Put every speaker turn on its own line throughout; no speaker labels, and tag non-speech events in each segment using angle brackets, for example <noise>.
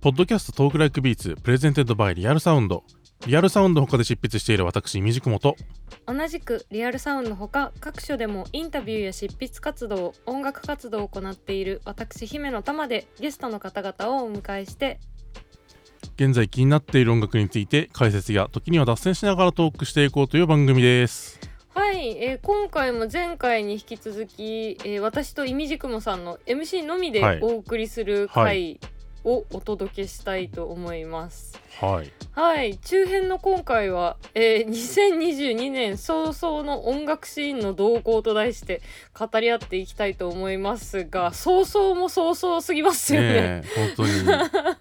ポッドキャストトークライクビーツプレゼンテッドバイリアルサウンドリアルサウンド他で執筆している私みじくもと
同じくリアルサウンドのほか各所でもインタビューや執筆活動音楽活動を行っている私姫の玉でゲストの方々をお迎えして
現在気になっている音楽について解説や時には脱線しながらトークしていこうという番組です
はい、えー今回も前回に引き続き、えー私といみじくもさんの MC のみ
はい
でお送りする
は
回をお届けしたいと思います。
はい
はい中編の今回は、えー2022年早々の音楽シーンの動向と題して語り合っていきたいと思いますが早々も早々すぎますよね
ねえ本当
<laughs>
に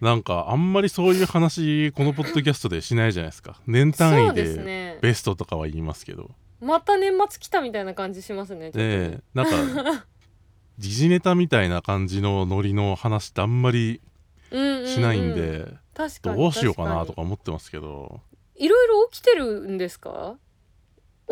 なんかあんまりそういう話このポッドキャストでしないじゃないですか年単
そ
位
うです
で
ね
ベストとかは言いますけど
また年末来たみたいな感じしますねちょっとね
ねえなんか時事ネタみたいな感じのノリの話ってあんまり
うんうん <laughs> うん
しないんで、
確かに
どうしようかな
確
と
に
か思ってますけど
いろいろ起きてるんですか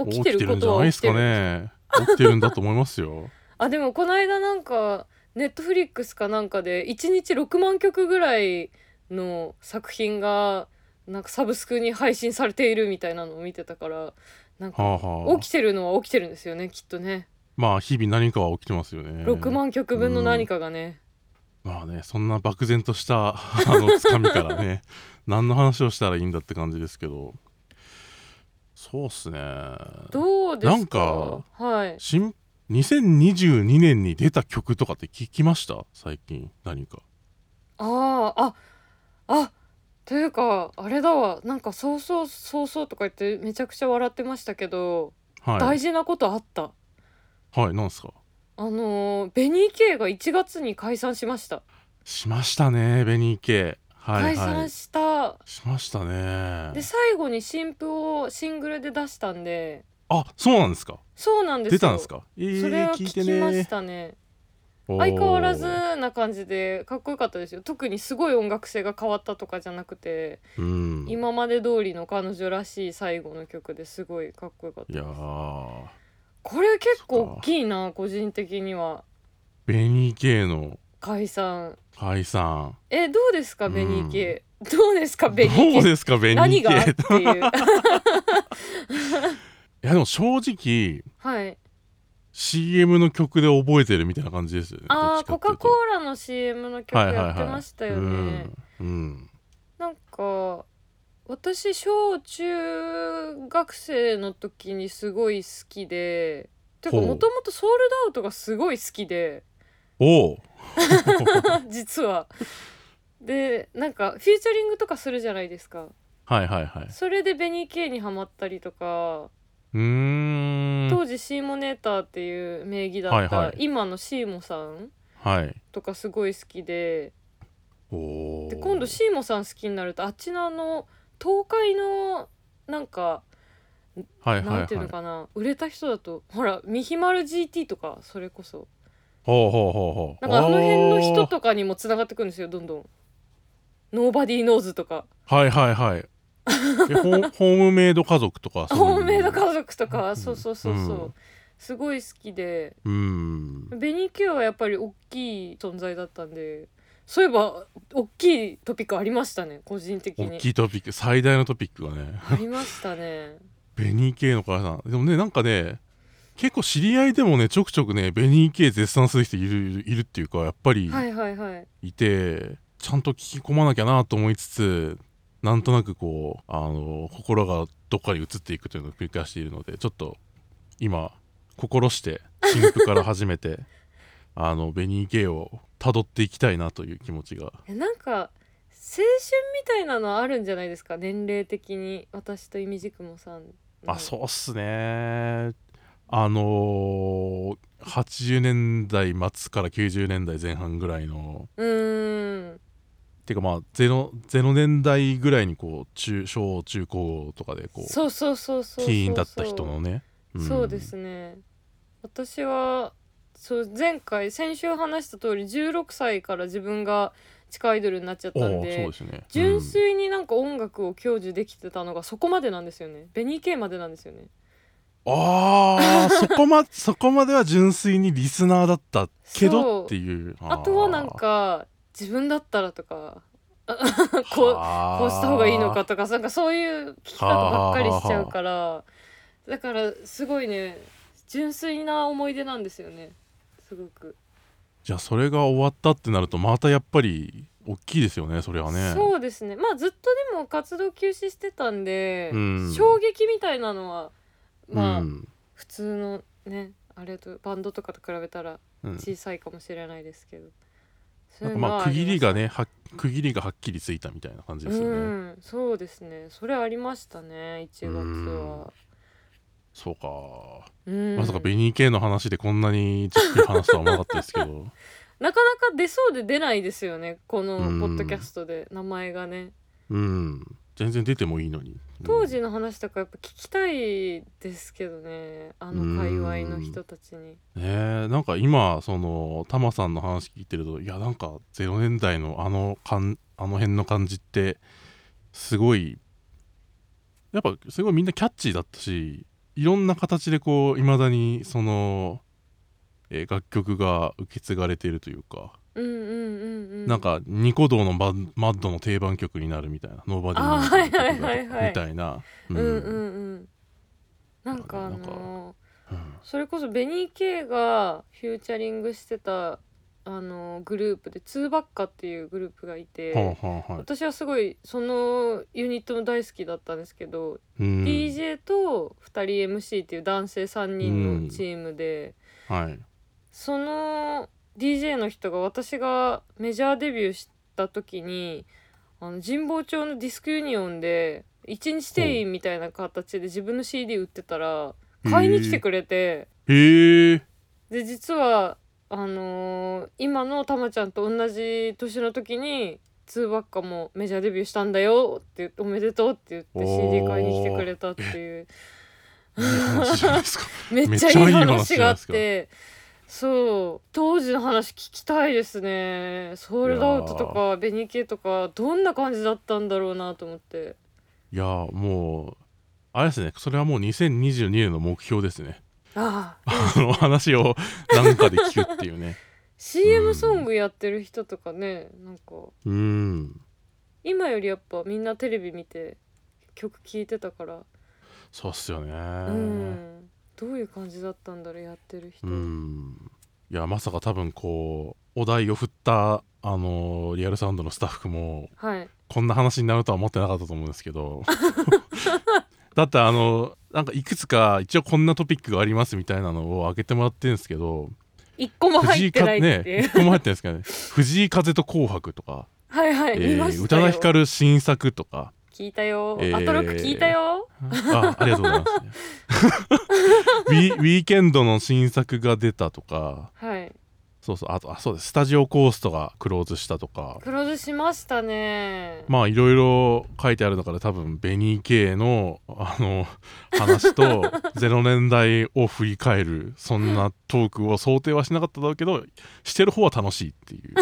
起きて
起きて
る
る
こ
んじゃ
と
な
はい
で
起
す
きて
か
る
ね <laughs> 起きてるんだと思いますよ
あでもこの間なんかネットフリックスかなんかで1日6万曲ぐらいの作品がなんかサブスクに配信されているみたいなのを見てたからなん
は
か
あはあ
起きてるのは起きてるんですよねきっとね
まあ日々何かは起きてますよね
6万曲分の何かがね、
まあねそんな漠然とした <laughs> あのつかみから
<laughs>
ね何の話をしたらいいんだって感じですけどそうっすね
どうですか
なんか
はい
新2022年に出た曲とかって聞きました最近何か
ああああというかあれだわなんか「そうそうそうそう」とか言ってめちゃくちゃ笑ってましたけど、
は
大
い
事なことあった
はいなんすか
あのーベニー K が1月に解散しました、
しましたねベニー系はい
解
は
散
い
した
しましたね
で最後に新譜をシングルで出したんで
あそうなんですか
そうなんです
出
よ
たんですかえー
それは聞きま
聞い
して
ね
たね
おー
相変わらずな感じでかっこよかったですよ特にすごい音楽性が変わったとかじゃなくて、
うんい
今まで通りの彼女らしい最後の曲ですごいかっこよかったで
や
す
ー
これ結構大きいな個人的には
ベニー系の
解散
解散
えどうですか
うん
ベニー系、どうですかベニー
どう
系
ですかベニー
何がっ
系い
ていう
やでも正直
はい
CM の曲で覚えてるみたいな感じですよね
ああ
ど
コ
っちか
カ・
って
コ
いう
ーラの CM の
と
曲やってましたよね、
はいはいはいうん、うん
なんか私小中学生の時にすごい好きでてか
ほう
もともとソールドアウトがすごい好きで <laughs>
おう
実はでなんかフューチャリングとかするじゃないですか
はいはいはい
それでベニー・ケイにハマったりとか
うーん
当時シーモネーターっていう名義だった、
はいはい
今のシーモさん
はい
とかすごい好きで
お
で今度シーモさん好きになるとあっちのあの東海のなんか、
はいはいはい
なんていうのかな売れた人だとほら「みひまる GT」とかそれこそ
ほうほうほうほう
なんかあの辺の人とかにもつながってくるんですよどんどん「ノーバディーノーズ」とか
はいはいはいえホーホームメイド家族とか
「 <laughs> ホームメイド
族
家族」と
う
か
ん
そうそうそうそう、
うん
すごい好きで
うん
ベニーキューはやっぱり大きい存在だったんでそういえば大きいトピックありましたね個人的
大
に
きいトピック最大のトピックがね
ありましたね
ベニー系のからさんでもねなんかね結構知り合いでもねちょくちょくねベニー系絶賛する人いるいる <laughs> っていうかやっぱり
はいはいはい
いて、ちゃんと聞き込まなきゃなと思いつつなんとなくこうあの心がどっかに移っていくというのを繰り返しているのでちょっと今心して新婦から始めて <laughs> あのベニー系を辿っていきたいなという気持ちが
えなんか青春みたいなのあるんじゃないですか年齢的に私といみじくもさん
あそうっすねあのー、80年代末から90年代前半ぐらいの
ううーん
てかまあゼロゼロ年代ぐらいにこう中小中高とかでこう
そうそうそうそうそうそう
ティーンだった人のねん
そうですね私はそう前回先週話した通り16歳から自分が地下アイドルになっちゃっ
お
たん
ーそう
で
ですね
純粋になんか音楽を享受できてたのがそこまでなんですよね紅系までなんですよね
うんあー <laughs> そこまそこまでは純粋にリスナーだったけど
そう
っていうあー
あとはなんか自分だったらとかあこうこうした方がいいのかとかなんかそういう聞き方ばっかりしちゃうからだからすごいね純粋な思い出なんですよねすごく、
じゃあそれが終わったってなるとまたやっぱり大きいですよねそれはね
そうですねまあずっとでも活動休止してたんで、
うん
衝撃みたいなのはまあ、
うん
普通のねあれとバンドとかと比べたら
うん
小さいかもしれないですけど、そう
ないん
う
か
のは
まあ区切りがね
あ
は区切りがはっきりついたみたいな感じ
り
で
まし
す
た
よね、
うんそうですねそれありましたね1月は
そうか、
うん
まさかベニー系の話でこんなにじっくり話すとは思わなかったですけど
なかなか出そうで出ないですよねこの
うん
ポッドキャストで名前がね
うん全然出てもいいのにうん
<laughs> 当時の話とかやっぱ聞きたいですけどねあの界隈の人たちに
ねえなんか今そのタマさんの話聞いてるといやなんか0年代のあの感あの辺の感じってすごいやっぱすごいみんなキャッチーだったしいろんな形でこういまだにその、えー楽曲が受け継がれているというか、
うんうんうんうん
なんかニコ動のバンマッドの定番曲になるみたいな「ノーバディ
あーはいはいはいはい
みたいな。う
うんんうんうんなんかあ
なんか
の
うん
それこそベニー K がフューチャリングしてたあのグループでツーバッカっていうグループがいて、
はあはあはい
私はすごいそのユニットも大好きだったんですけど、
うん
DJ と2人 MC っていう男性3人のチームで、
はい
その DJ の人が私がメジャーデビューした時にあの神保町のディスクユニオンで一日店員みたいな形で自分の CD 売ってたら買いに来てくれて
へえ
で実はあのー今のたまちゃんと同じ年の時に2バッカもメジャーデビューしたんだよって言っておめでとうって言って
おー
CD 買いに来てくれたっていう
いい話じゃないですか
めっちゃいい話があってそう当時の話聞きたいですねソウルダウトと
い
かベニケとかどんな感じだったんだろうなと思って
<laughs> いやーもうあれですねそれはもう2022年の目標ですね <laughs>
ああ
あの話をなんかで聞くっていうね
CM ソングやってる人とかねなんか
うん
今よりやっぱみんなテレビ見て曲聴いてたから
そうっすよね
うんどういう感じだったんだろうやってる人
うんいやまさか多分こうお題を振ったあのーリアルサウンドのスタッフも
はい
こんな話になるとは思ってなかったと思うんですけどだってあのなんかいくつか一応こんなトピックがありますみたいなのを開けてもらってるんですけど
一個も入ってないっていう、
ね一個も入ってないですからね藤井風と紅白とか、
はいはい、見
え
ま
ー
し
宇
た
多
よ
田ヒカル新作とか
聞いたよ、
えー
アトロック聞いたよ
あありがとうございます、 <laughs> ウィウィーケンドの新作が出たとか
はい
そうそうあとあそうですスタジオコーストがクローズしたとか
黒字しましたね、 <laughs>
まあいろいろ書いてある中で多分ベニー系のあの話と0年
<laughs>
代を振り返るそんなトークを想定はしなかっただろうけどしてる方は楽しいっていう、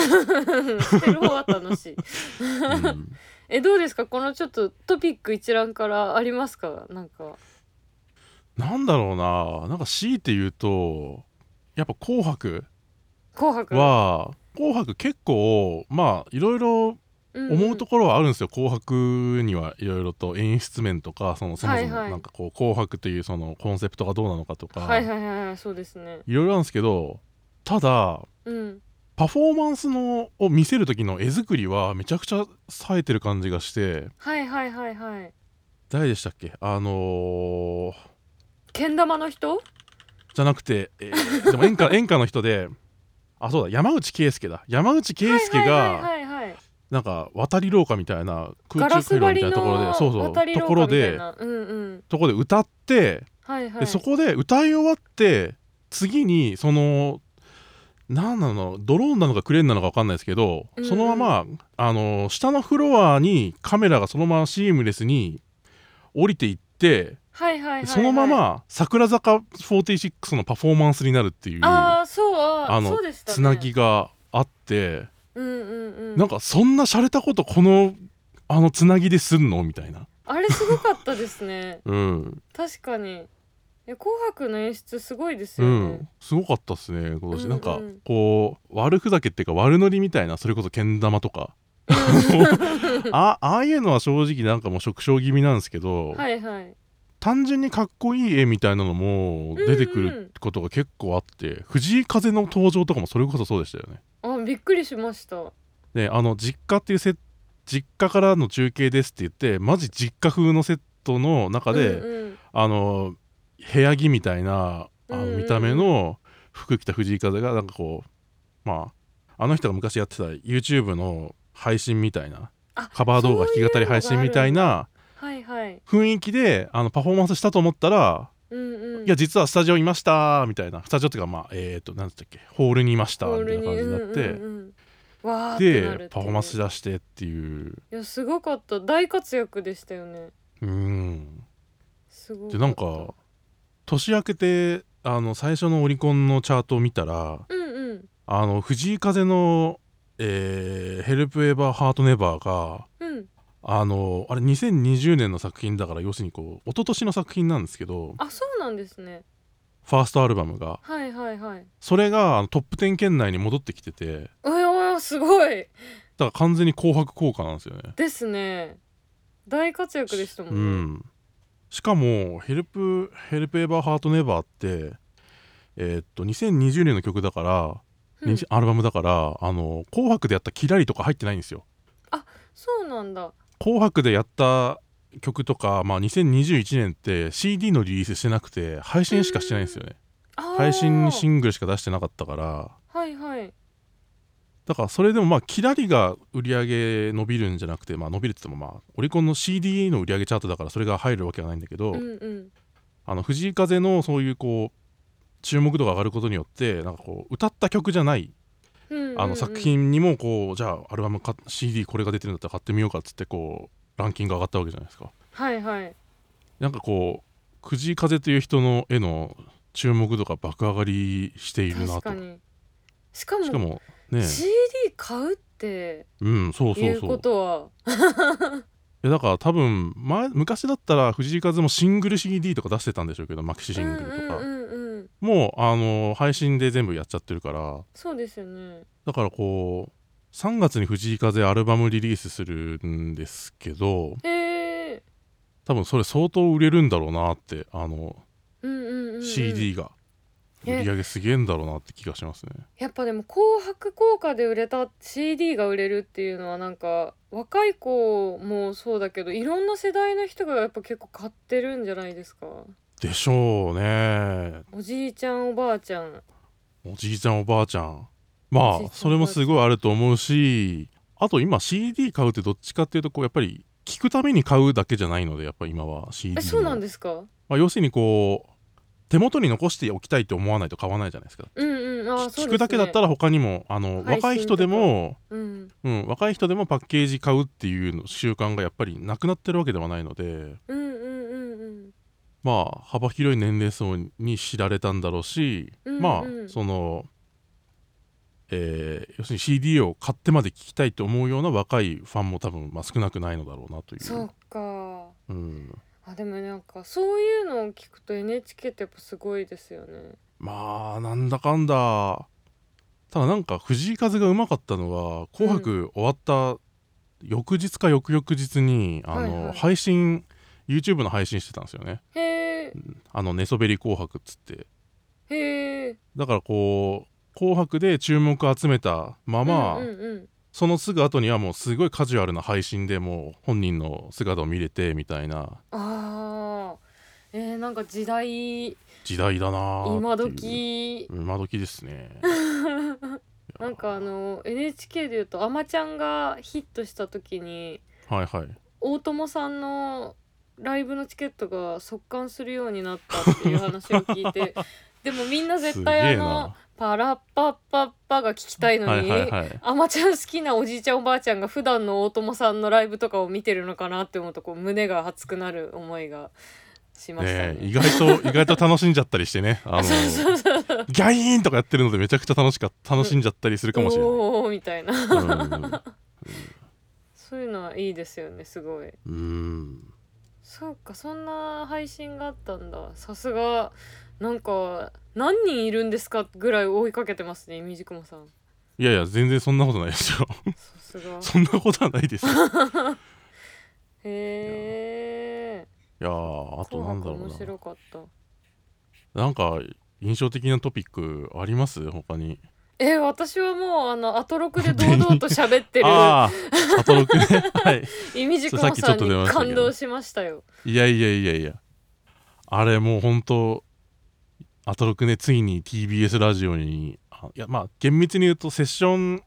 してる方は
<laughs>
楽しい
うん
えどうですかこのちょっとトピック一覧からありますかなんか
なんだろうななんか強いて言うとやっぱ「紅白
「紅白」
は「紅白」結構まあいろいろ
うんうん
思うところはあるんですよ「紅白」にはいろいろと演出面とかそのそもそも
はいはい
なんかこう「紅白」というそのコンセプトがどうなのかとか、
はいはいはいはいそうですね
いろいろなんですけどただ
うん
パフォーマンスのを見せる時の絵作りはめちゃくちゃ冴えてる感じがして
はいはいはいはい
誰でしたっけあのー
けん玉の人
じゃなくて、えーでも演
<laughs>
歌演歌の人であそうだ山内圭介だ山内圭介が
はいはいはいはいはい
なんか渡り廊下みたいな空
ガラ
中
ス
回廊
張
みた
り
いなところ
の
でそうそう
渡り
と
廊
こ
下
ろ
みたい
で
なうんうん
ところで歌って
はいはい
でそこで歌い終わって次にその何なのドローンなのかクレーンなのか分かんないですけど、
うん
そのままあの下のフロアにカメラがそのままシームレスに降りていって、
はいはいはいはい
そのまま桜坂46のパフォーマンスになるっていう
ああそうあ
あの
そうでしたね
つなぎがあって、
うんうんうん
なんかそんな洒落たことこのあのつなぎですんのみたいな、
あれすごかったですね
うん、
確かにえ紅白の演出すごいです
う
よね、
ん、すごかったっすね今年、
うん
なんか
うん
こう悪ふざけっていうか悪ノリみたいなそれこそけん玉と
<laughs>
かあああいうのは正直なんかもう縮小気味なんですけど、
はいはい
単純にかっこいい絵みたいなのも出てくることが結構あって、藤井風の登場とかもそれこそそうでしたよね。
あびっくりしました
であの実家っていうせ実家からの中継ですって言ってマジ実家風のセットの中で、
うんうん
あの部屋着みたいなあ
うんうんう
の
ん
見た目の服着た藤井風がなんかこうまああの人が昔やってた YouTube の配信みたいな
あ
カバー動画弾き語り配信みたいな
はいはい
雰囲気であのパフォーマンスしたと思ったら
うんうん
いや実はスタジオいましたみたいなスタジオっていうかまあえっ、ー、と何だったっけホールにいましたみたいな感じになって、
うんうんうんわーってなるってい
で
う
パフォーマンスしだしてっていう
いやすごかった大活躍でしたよね
うん
すご
でなんか年明けてあの最初のオリコンのチャートを見たら
うんうん
あの藤井風の、えーヘルプエバーハートネバー」が
うん
あのあれ2020年の作品だから要するにこう一昨年の作品なんですけど
あそうなんですね
ファーストアルバムが
はいはいはい
それがあのトップ10圏内に戻ってきてて
おやおやすごい
だから完全に「紅白」効果なんですよね。
ですね大活躍でしたもん
う
ね、
ん、しかも「ヘルプヘルプエバーハートネバー」ってえーっと2020年の曲だから、
うん
にアルバムだからあの「紅白」でやった「キラリ」とか入ってないんですよ。
そうなんだ
紅白でやった曲とか、まあ、2021年って CD のリリースしてなくて配信しかしてないんですよね
あー
配信にシングルしか出してなかったから
はいはい
だからそれでもまあキラリが売り上げ伸びるんじゃなくて、まあ、伸びるって言ってもまあオリコンの CD の売り上げチャートだからそれが入るわけはないんだけど、
うんうん
あの藤井風のそういうこう注目度が上がることによってなんかこう歌った曲じゃない
うんうんうん
あの作品にもこうじゃあアルバムか CD これが出てるんだったら買ってみようかっつってこうランキング上がったわけじゃないですか。
はいはい
なんかこう藤井風という人の絵の注目度が爆上がりしているなと
確かにしかも
しかもね
CD 買うって
うんそう
い
そう
う
そう
こ
い
とは
やだから多分前昔だったら藤井風もシングル CD とか出してたんでしょうけどマキシシングルとか、
うんうんうんうん、
もうあの配信で全部やっちゃってるから
そうですよね
だからこう3月に藤井風アルバムリリースするんですけど
へえ
多分それ相当売れるんだろうなってあの、
うんうんうんうん、
CD が売り上げすげえんだろうなって気がしますね。
やっぱでも「紅白」効果で売れた CD が売れるっていうのはなんか若い子もそうだけどいろんな世代の人がやっぱ結構買ってるんじゃないですか
でしょうね
おじいちゃんおばあちゃん
おじいちゃんおばあちゃんま
おじ
あ
いちゃんおばあちゃん
それもすごいあると思うしあと今 CD 買うってどっちかっていうとこうやっぱり聞くために買うだけじゃないのでやっぱ今は CD
えそうなん
で
ですか
まあ、要するにこう手元に残しておきたいと思わないと買わないじゃないですか
うんうんあーそうです、ね、
聞くだけだったら他にもあの
配信とか
若い人でも、
うん
うん、若い人でもパッケージ買うっていうの習慣がやっぱりなくなってるわけではないので
うんうんうんうん
まあ幅広い年齢層に知られたんだろうし、
うんうん
まあその、えー要するに CD を買ってまで聴きたいと思うような若いファンも多分、まあ、少なくないのだろうなという
そうか
うん、
あでもなんかそういうのを聞くと NHK ってやっぱすごいですよね
まあなんだかんだただなんか藤井風がうまかったのは「紅白」終わった翌日か翌々日に、あの
はいはい
配信 YouTube の配信してたんですよね
へえ
あの「寝そべり紅白」っつって
へえ
だからこう「紅白」で注目を集めたまま、
うんうんうん、
そのすぐ後にはもうすごいカジュアルな配信でもう本人の姿を見れてみたいな
ああえー、なんか時代
時代だなあっていう
今時
今時ですね
<laughs> なんかあの NHK でいうと「あまちゃん」がヒットした時に
はいはい
大友さんのライブのチケットが速乾するようになったっていう話を聞い
<laughs>
てでもみんな絶対
すげ
あ
え
の
な
「パラッパッパッパ」が聞きたいの
はい
に。
はいはい
あまちゃん好きなおじいちゃんおばあちゃんが普段の大友さんのライブとかを見てるのかなって思うとこう胸が熱くなる思いがしましたね
ねえ意外と意外と楽しんじゃったりしてねあのギャイーンとかやってるのでめちゃくちゃ楽しかった楽しんじゃったりするかもしれない
おーみたいな
うん
そういうのはいいですよねすごい
うん
そうかそんな配信があったんださすがなんか何人いるんですかぐらい追いかけてますねみじくまさん
いやいや全然そんなことないですよ
さす
<laughs>
が
そんなことはないですよい
へえ
やーあとなんだろう
面白
な
かった
なんか印象的なトピックあります他に
え私はもうあのアトロクで堂々と喋って
<laughs>
る
ああアトロ
<laughs>
クねはい
イミジクマ
さ
さ
っき
ん
ちょっと出ま
に
したけど
感動しましたよ
いやいやいやいやあれもう本当アトロクねついに TBS ラジオにあいやまあ厳密に言うとセッション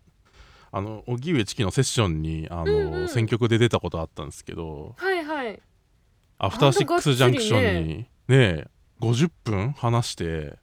あの荻上チキのセッションにあの、
うんうん
選曲で出たことあったんですけど
はいはい
アフターシックスジャンクションにねえ50分話して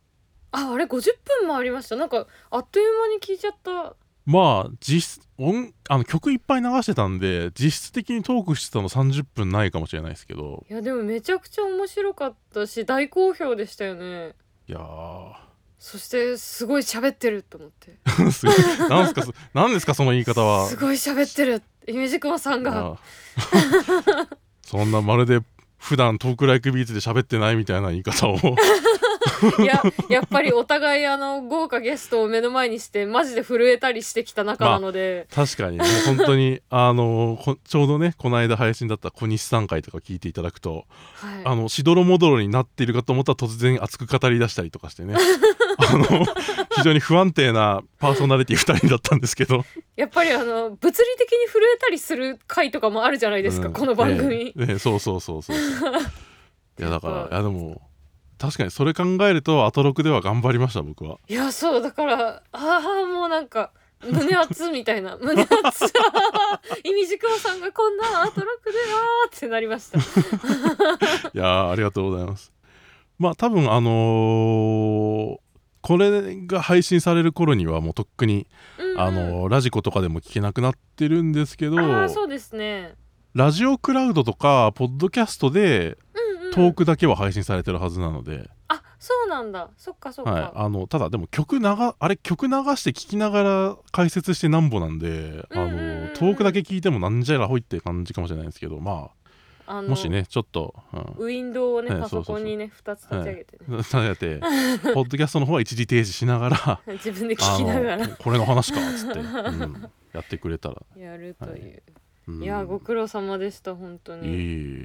ああれ50分もありましたなんかあっという間に聞いちゃった
まあ実質音あの曲いっぱい流してたんで実質的にトークしてたの30分ないかもしれないですけど
いやでもめちゃくちゃ面白かったし大好評でしたよね
いやー <laughs>
そしてすごい喋ってると思って
すごい何すかそなんですかその言い方は
すごい喋ってるイミジクマさんが
あ <laughs> あそんなまるで普段トークライクビーツで喋ってないみたいな言い方を
いややっぱりお互いあの豪華ゲストを目の前にしてマジで震えたりしてきた仲なので、
確かにね本当にあのこちょうどねこの間配信だった小西さん会とか聞いていただくと
はい
あのしどろもどろになっているかと思ったら突然熱く語り出したりとか
<laughs>
してねあの非常に不安定なパーソナリティ2人だったんですけど
やっぱりあの物理的に震えたりする回とかもあるじゃないですか、
うん
この番組、
ねえねえそうそうそうそう
<laughs>
いやだからいやでも確かにそれ考えるとアトロクでは頑張りました僕はい
やそうだからああもうなんか胸熱みたいな <laughs> 胸熱イミジクマさんがこんなアトラックであーってなりました
いやーありがとうございます。まあ多分あのーこれが配信される頃にはもうとっくに、
うんうん
あのーラジコとかでも聞けなくなってるんですけど
ああそうですね
ラジオクラウドとかポッドキャストで
うんうん
トークだけは配信されてるはずなので、
あそうなんだそっかそっか、
はい、あのただでも曲流あれ曲流して聞きながら解説してなんぼなんで、あの
うんうんうんうん
ートークだけ聞いてもなんじゃらほいって感じかもしれないんですけどま
あ
あ
の
もしねちょっと、うん、
ウィンドウをね
はい
パソコンにね2つ立ち上げてね、
<laughs> だってポッドキャストの方は一時停止しながら
自分で <laughs> 聞きなが
あ
ら
のこれの話かっつって、うんやってくれたら、
やるという、
うん
いやーご苦労様でした本当
いえいえ
に
い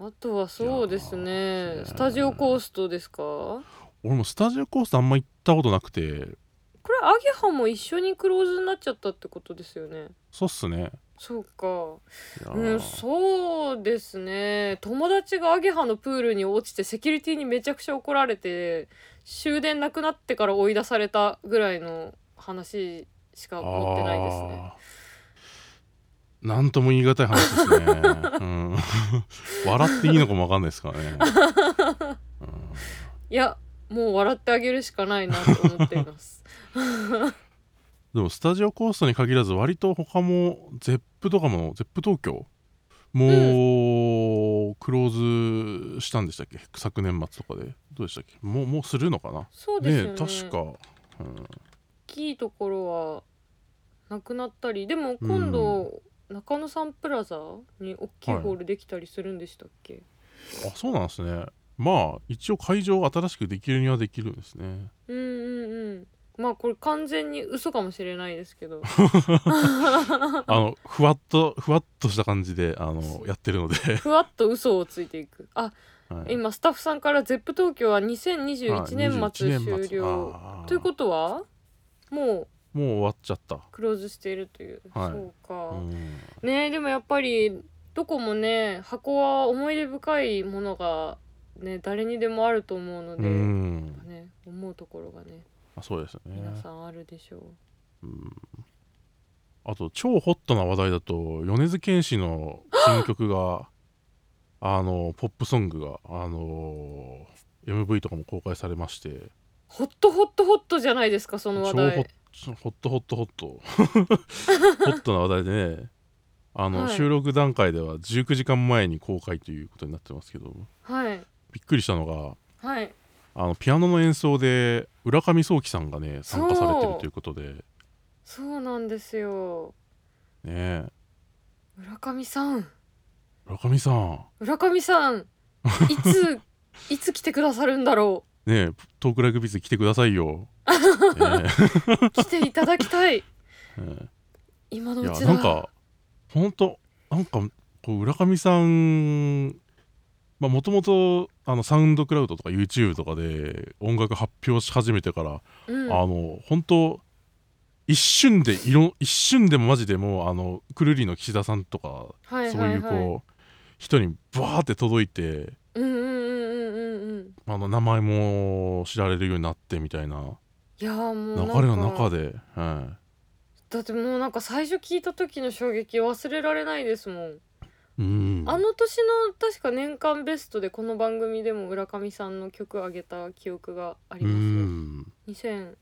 え
あとはそうです
いや
ね
ー
スタジオコーストですかこ
俺もスタジオコースあんま行ったことなくて
れアゲハも一緒にクローズになっちゃったってことですよね
そうっすね
そうか
いや
うん、そうですね友達がアゲハのプールに落ちてセキュリティにめちゃくちゃ怒られて終電なくなってから追い出されたぐらいの話しか持ってないですね。
あーなんとも言い難い話ですね、うん、 <laughs> 笑っていいのかもわかんないですからね、うん
いやもう笑ってあげるしかないなと思ってい
<laughs>
ます。
でもスタジオコーストに限らず割と他も ZEP とかも ZEP 東京もうクローズしたんでしたっけ昨年末とかでどうでしたっけもうもうするのかな
そうですよね
え確か、うん
大きいところはなくなったりでも今度、中野サンプラザに大きいホールできたりするんでしたっけ、
あそうなんですねまあ一応会場を新しくできるにはできるんです <laughs> ね
うんうんうんまあこれ完全に嘘かもしれないですけど。
あのふわっとふわっとした感じであのやってるので、
ふわっと嘘をついていくあ
はい
今スタッフさんから「ZEP 東京は2021
はい
年末
21年
終了」
あー
ということはもう
もう終わっちゃった、
クローズしているという、
はい
そうか、
うん
ねえでもやっぱりどこもね箱は思い出深いものがね誰にでもあると思うの
う
で、
ん
ね、思うところがね
あそうですね
皆さんあるでしょ
う
う、
んあと超ホットな話題だと米津玄師の新曲があのポップソングがあの MV とかも公開されまして
ホットホットホットじゃないですかそ
超
の
ホ
話
ッ
題
トホットホットホットホ
<laughs>
ットな話題でねあの、
はい
収録段階では19時間前に公開ということになってますけど
はい
びっくりしたのが
はい
あのピアノの演奏で浦上壮輝さんがね参加されてる
そう
ということでね
そうなんですよ
え
村上さん
村上さん
村上さんい
<laughs>
ついつ来てくださるんだろ
ねえトークラグビズ来てください
<laughs>
よ、え
う来ていただきたい
ええ
今の
えいうや
ちだ
なんかほんとなんかこう浦上さんまあもともとあのサウンドクラウドとか YouTube とかで音楽発表し始めてから
うん、
あの本当一瞬でいろ一瞬でもマジでもうあのくるりの岸田さんとか、
はいはいはい、
そういうこう人にバーって届いて
うんうんうんうんうんうん
あの名前も知られるようになってみたいない
やーもう
流れ
なんか
の中で、は
だってもうなんか最初聞いた時の衝撃忘れられないですもん
い、うん
あの年の確か年間ベストでこの番組でも浦上さんの曲あげた記憶があり
う
ます
ん
2000ん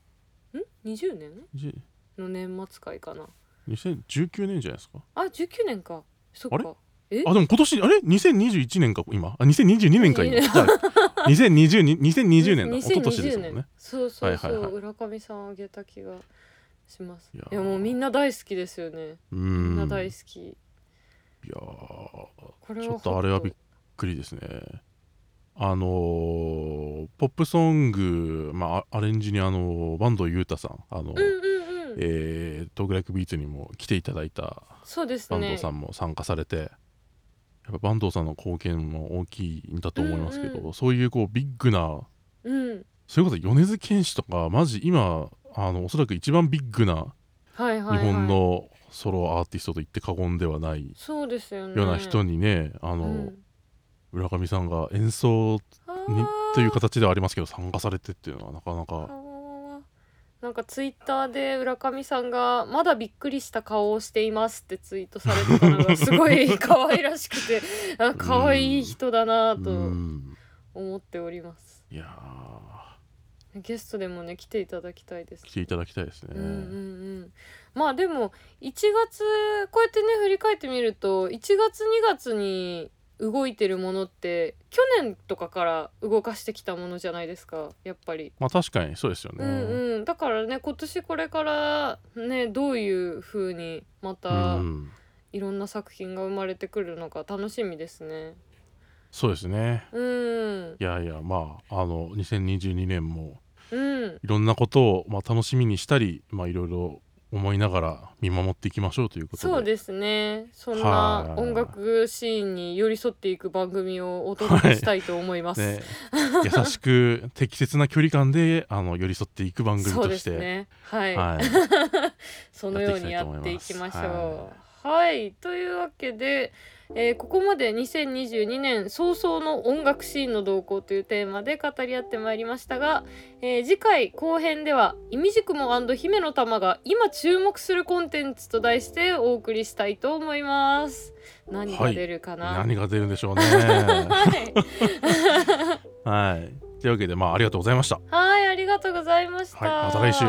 20年
じ
の年末回かな
2019年じゃないですか
あ19年かそっか
あれあでも今年あれ2021年か今あ2022年か今
2022
じゃあ2020に2020年
<laughs>
だ
2020
一昨年ですもんね
そうそうそう、
はいはいはい
浦上さんあげた気がしますい
いや
や
ー
もうみんな大好きですよね
う
み
ん
んない
や
大好き、
ー
これは
ちょっとあれはびっくりですね。あのーポップソング、まあ、アレンジにあの坂東裕太さんあの、
うんうんうん
えー、東グライクビーツにも来ていただいた
そうです
坂
ね
東さんも参加されて、やっぱ坂東さんの貢献も大きいんだと思いますけど、
うんう
そういうこうビッグな
うん
それこそ米津玄師とかマジ今あのおそらく一番ビッグな
はいはい、は
日
い、
本のソロアーティストと言って過言ではないよ
そうですよね
うな人にね、あ
う
の
ん
浦上さんが演奏
あ
に
ー
という形ではありますけど参加されてっていうのはなかな
あ
か
ーなんかツイッターで浦上さんが「まだびっくりした顔をしています」ってツイートされてたのがすごい可愛らしく
<laughs>
てあ可愛い人だな
う
ぁと
ん
思っております
いや
ゲストでもね来ていただきたいです
ー来ていただきたいですね、
うんうんうんまあでも1月こうやってね振り返ってみると1月2月に動いてるものって去年とかから動かしてきたものじゃないですかやっぱり。
まあ確かにそうですよね、
うんうん、だからね今年これからねどういう風にまた
うん
いろんな作品が生まれてくるのか楽しみですね。
そうですね
うん、
いやいやまああの2022年も
うん、
いろんなことを、まあ、楽しみにしたり、まあ、いろいろ思いながら見守っていきましょうということで
そうですねそん
は
ない音楽シーンに寄り添っていく番組をお届けしたいと思います。
ね優しく適切な距離感であの寄り添っていく番組
そう
と
で
し
す
て、
ねはい、 <laughs>
はい、
そのようにやっていきまし
やっていきたいと思
ょうはい、というわけで、えーここまで2022年早々の音楽シーンの動向というテーマで語り合ってまいりましたが、えー次回後編では「いみじくも姫の玉が今注目するコンテンツ」と題してお送りしたいと思います何が出るかな、
何が出るんでしょうね
はい、
はいというわけでまあありがとうございました
はいありがとうございました、
はいまた来週
週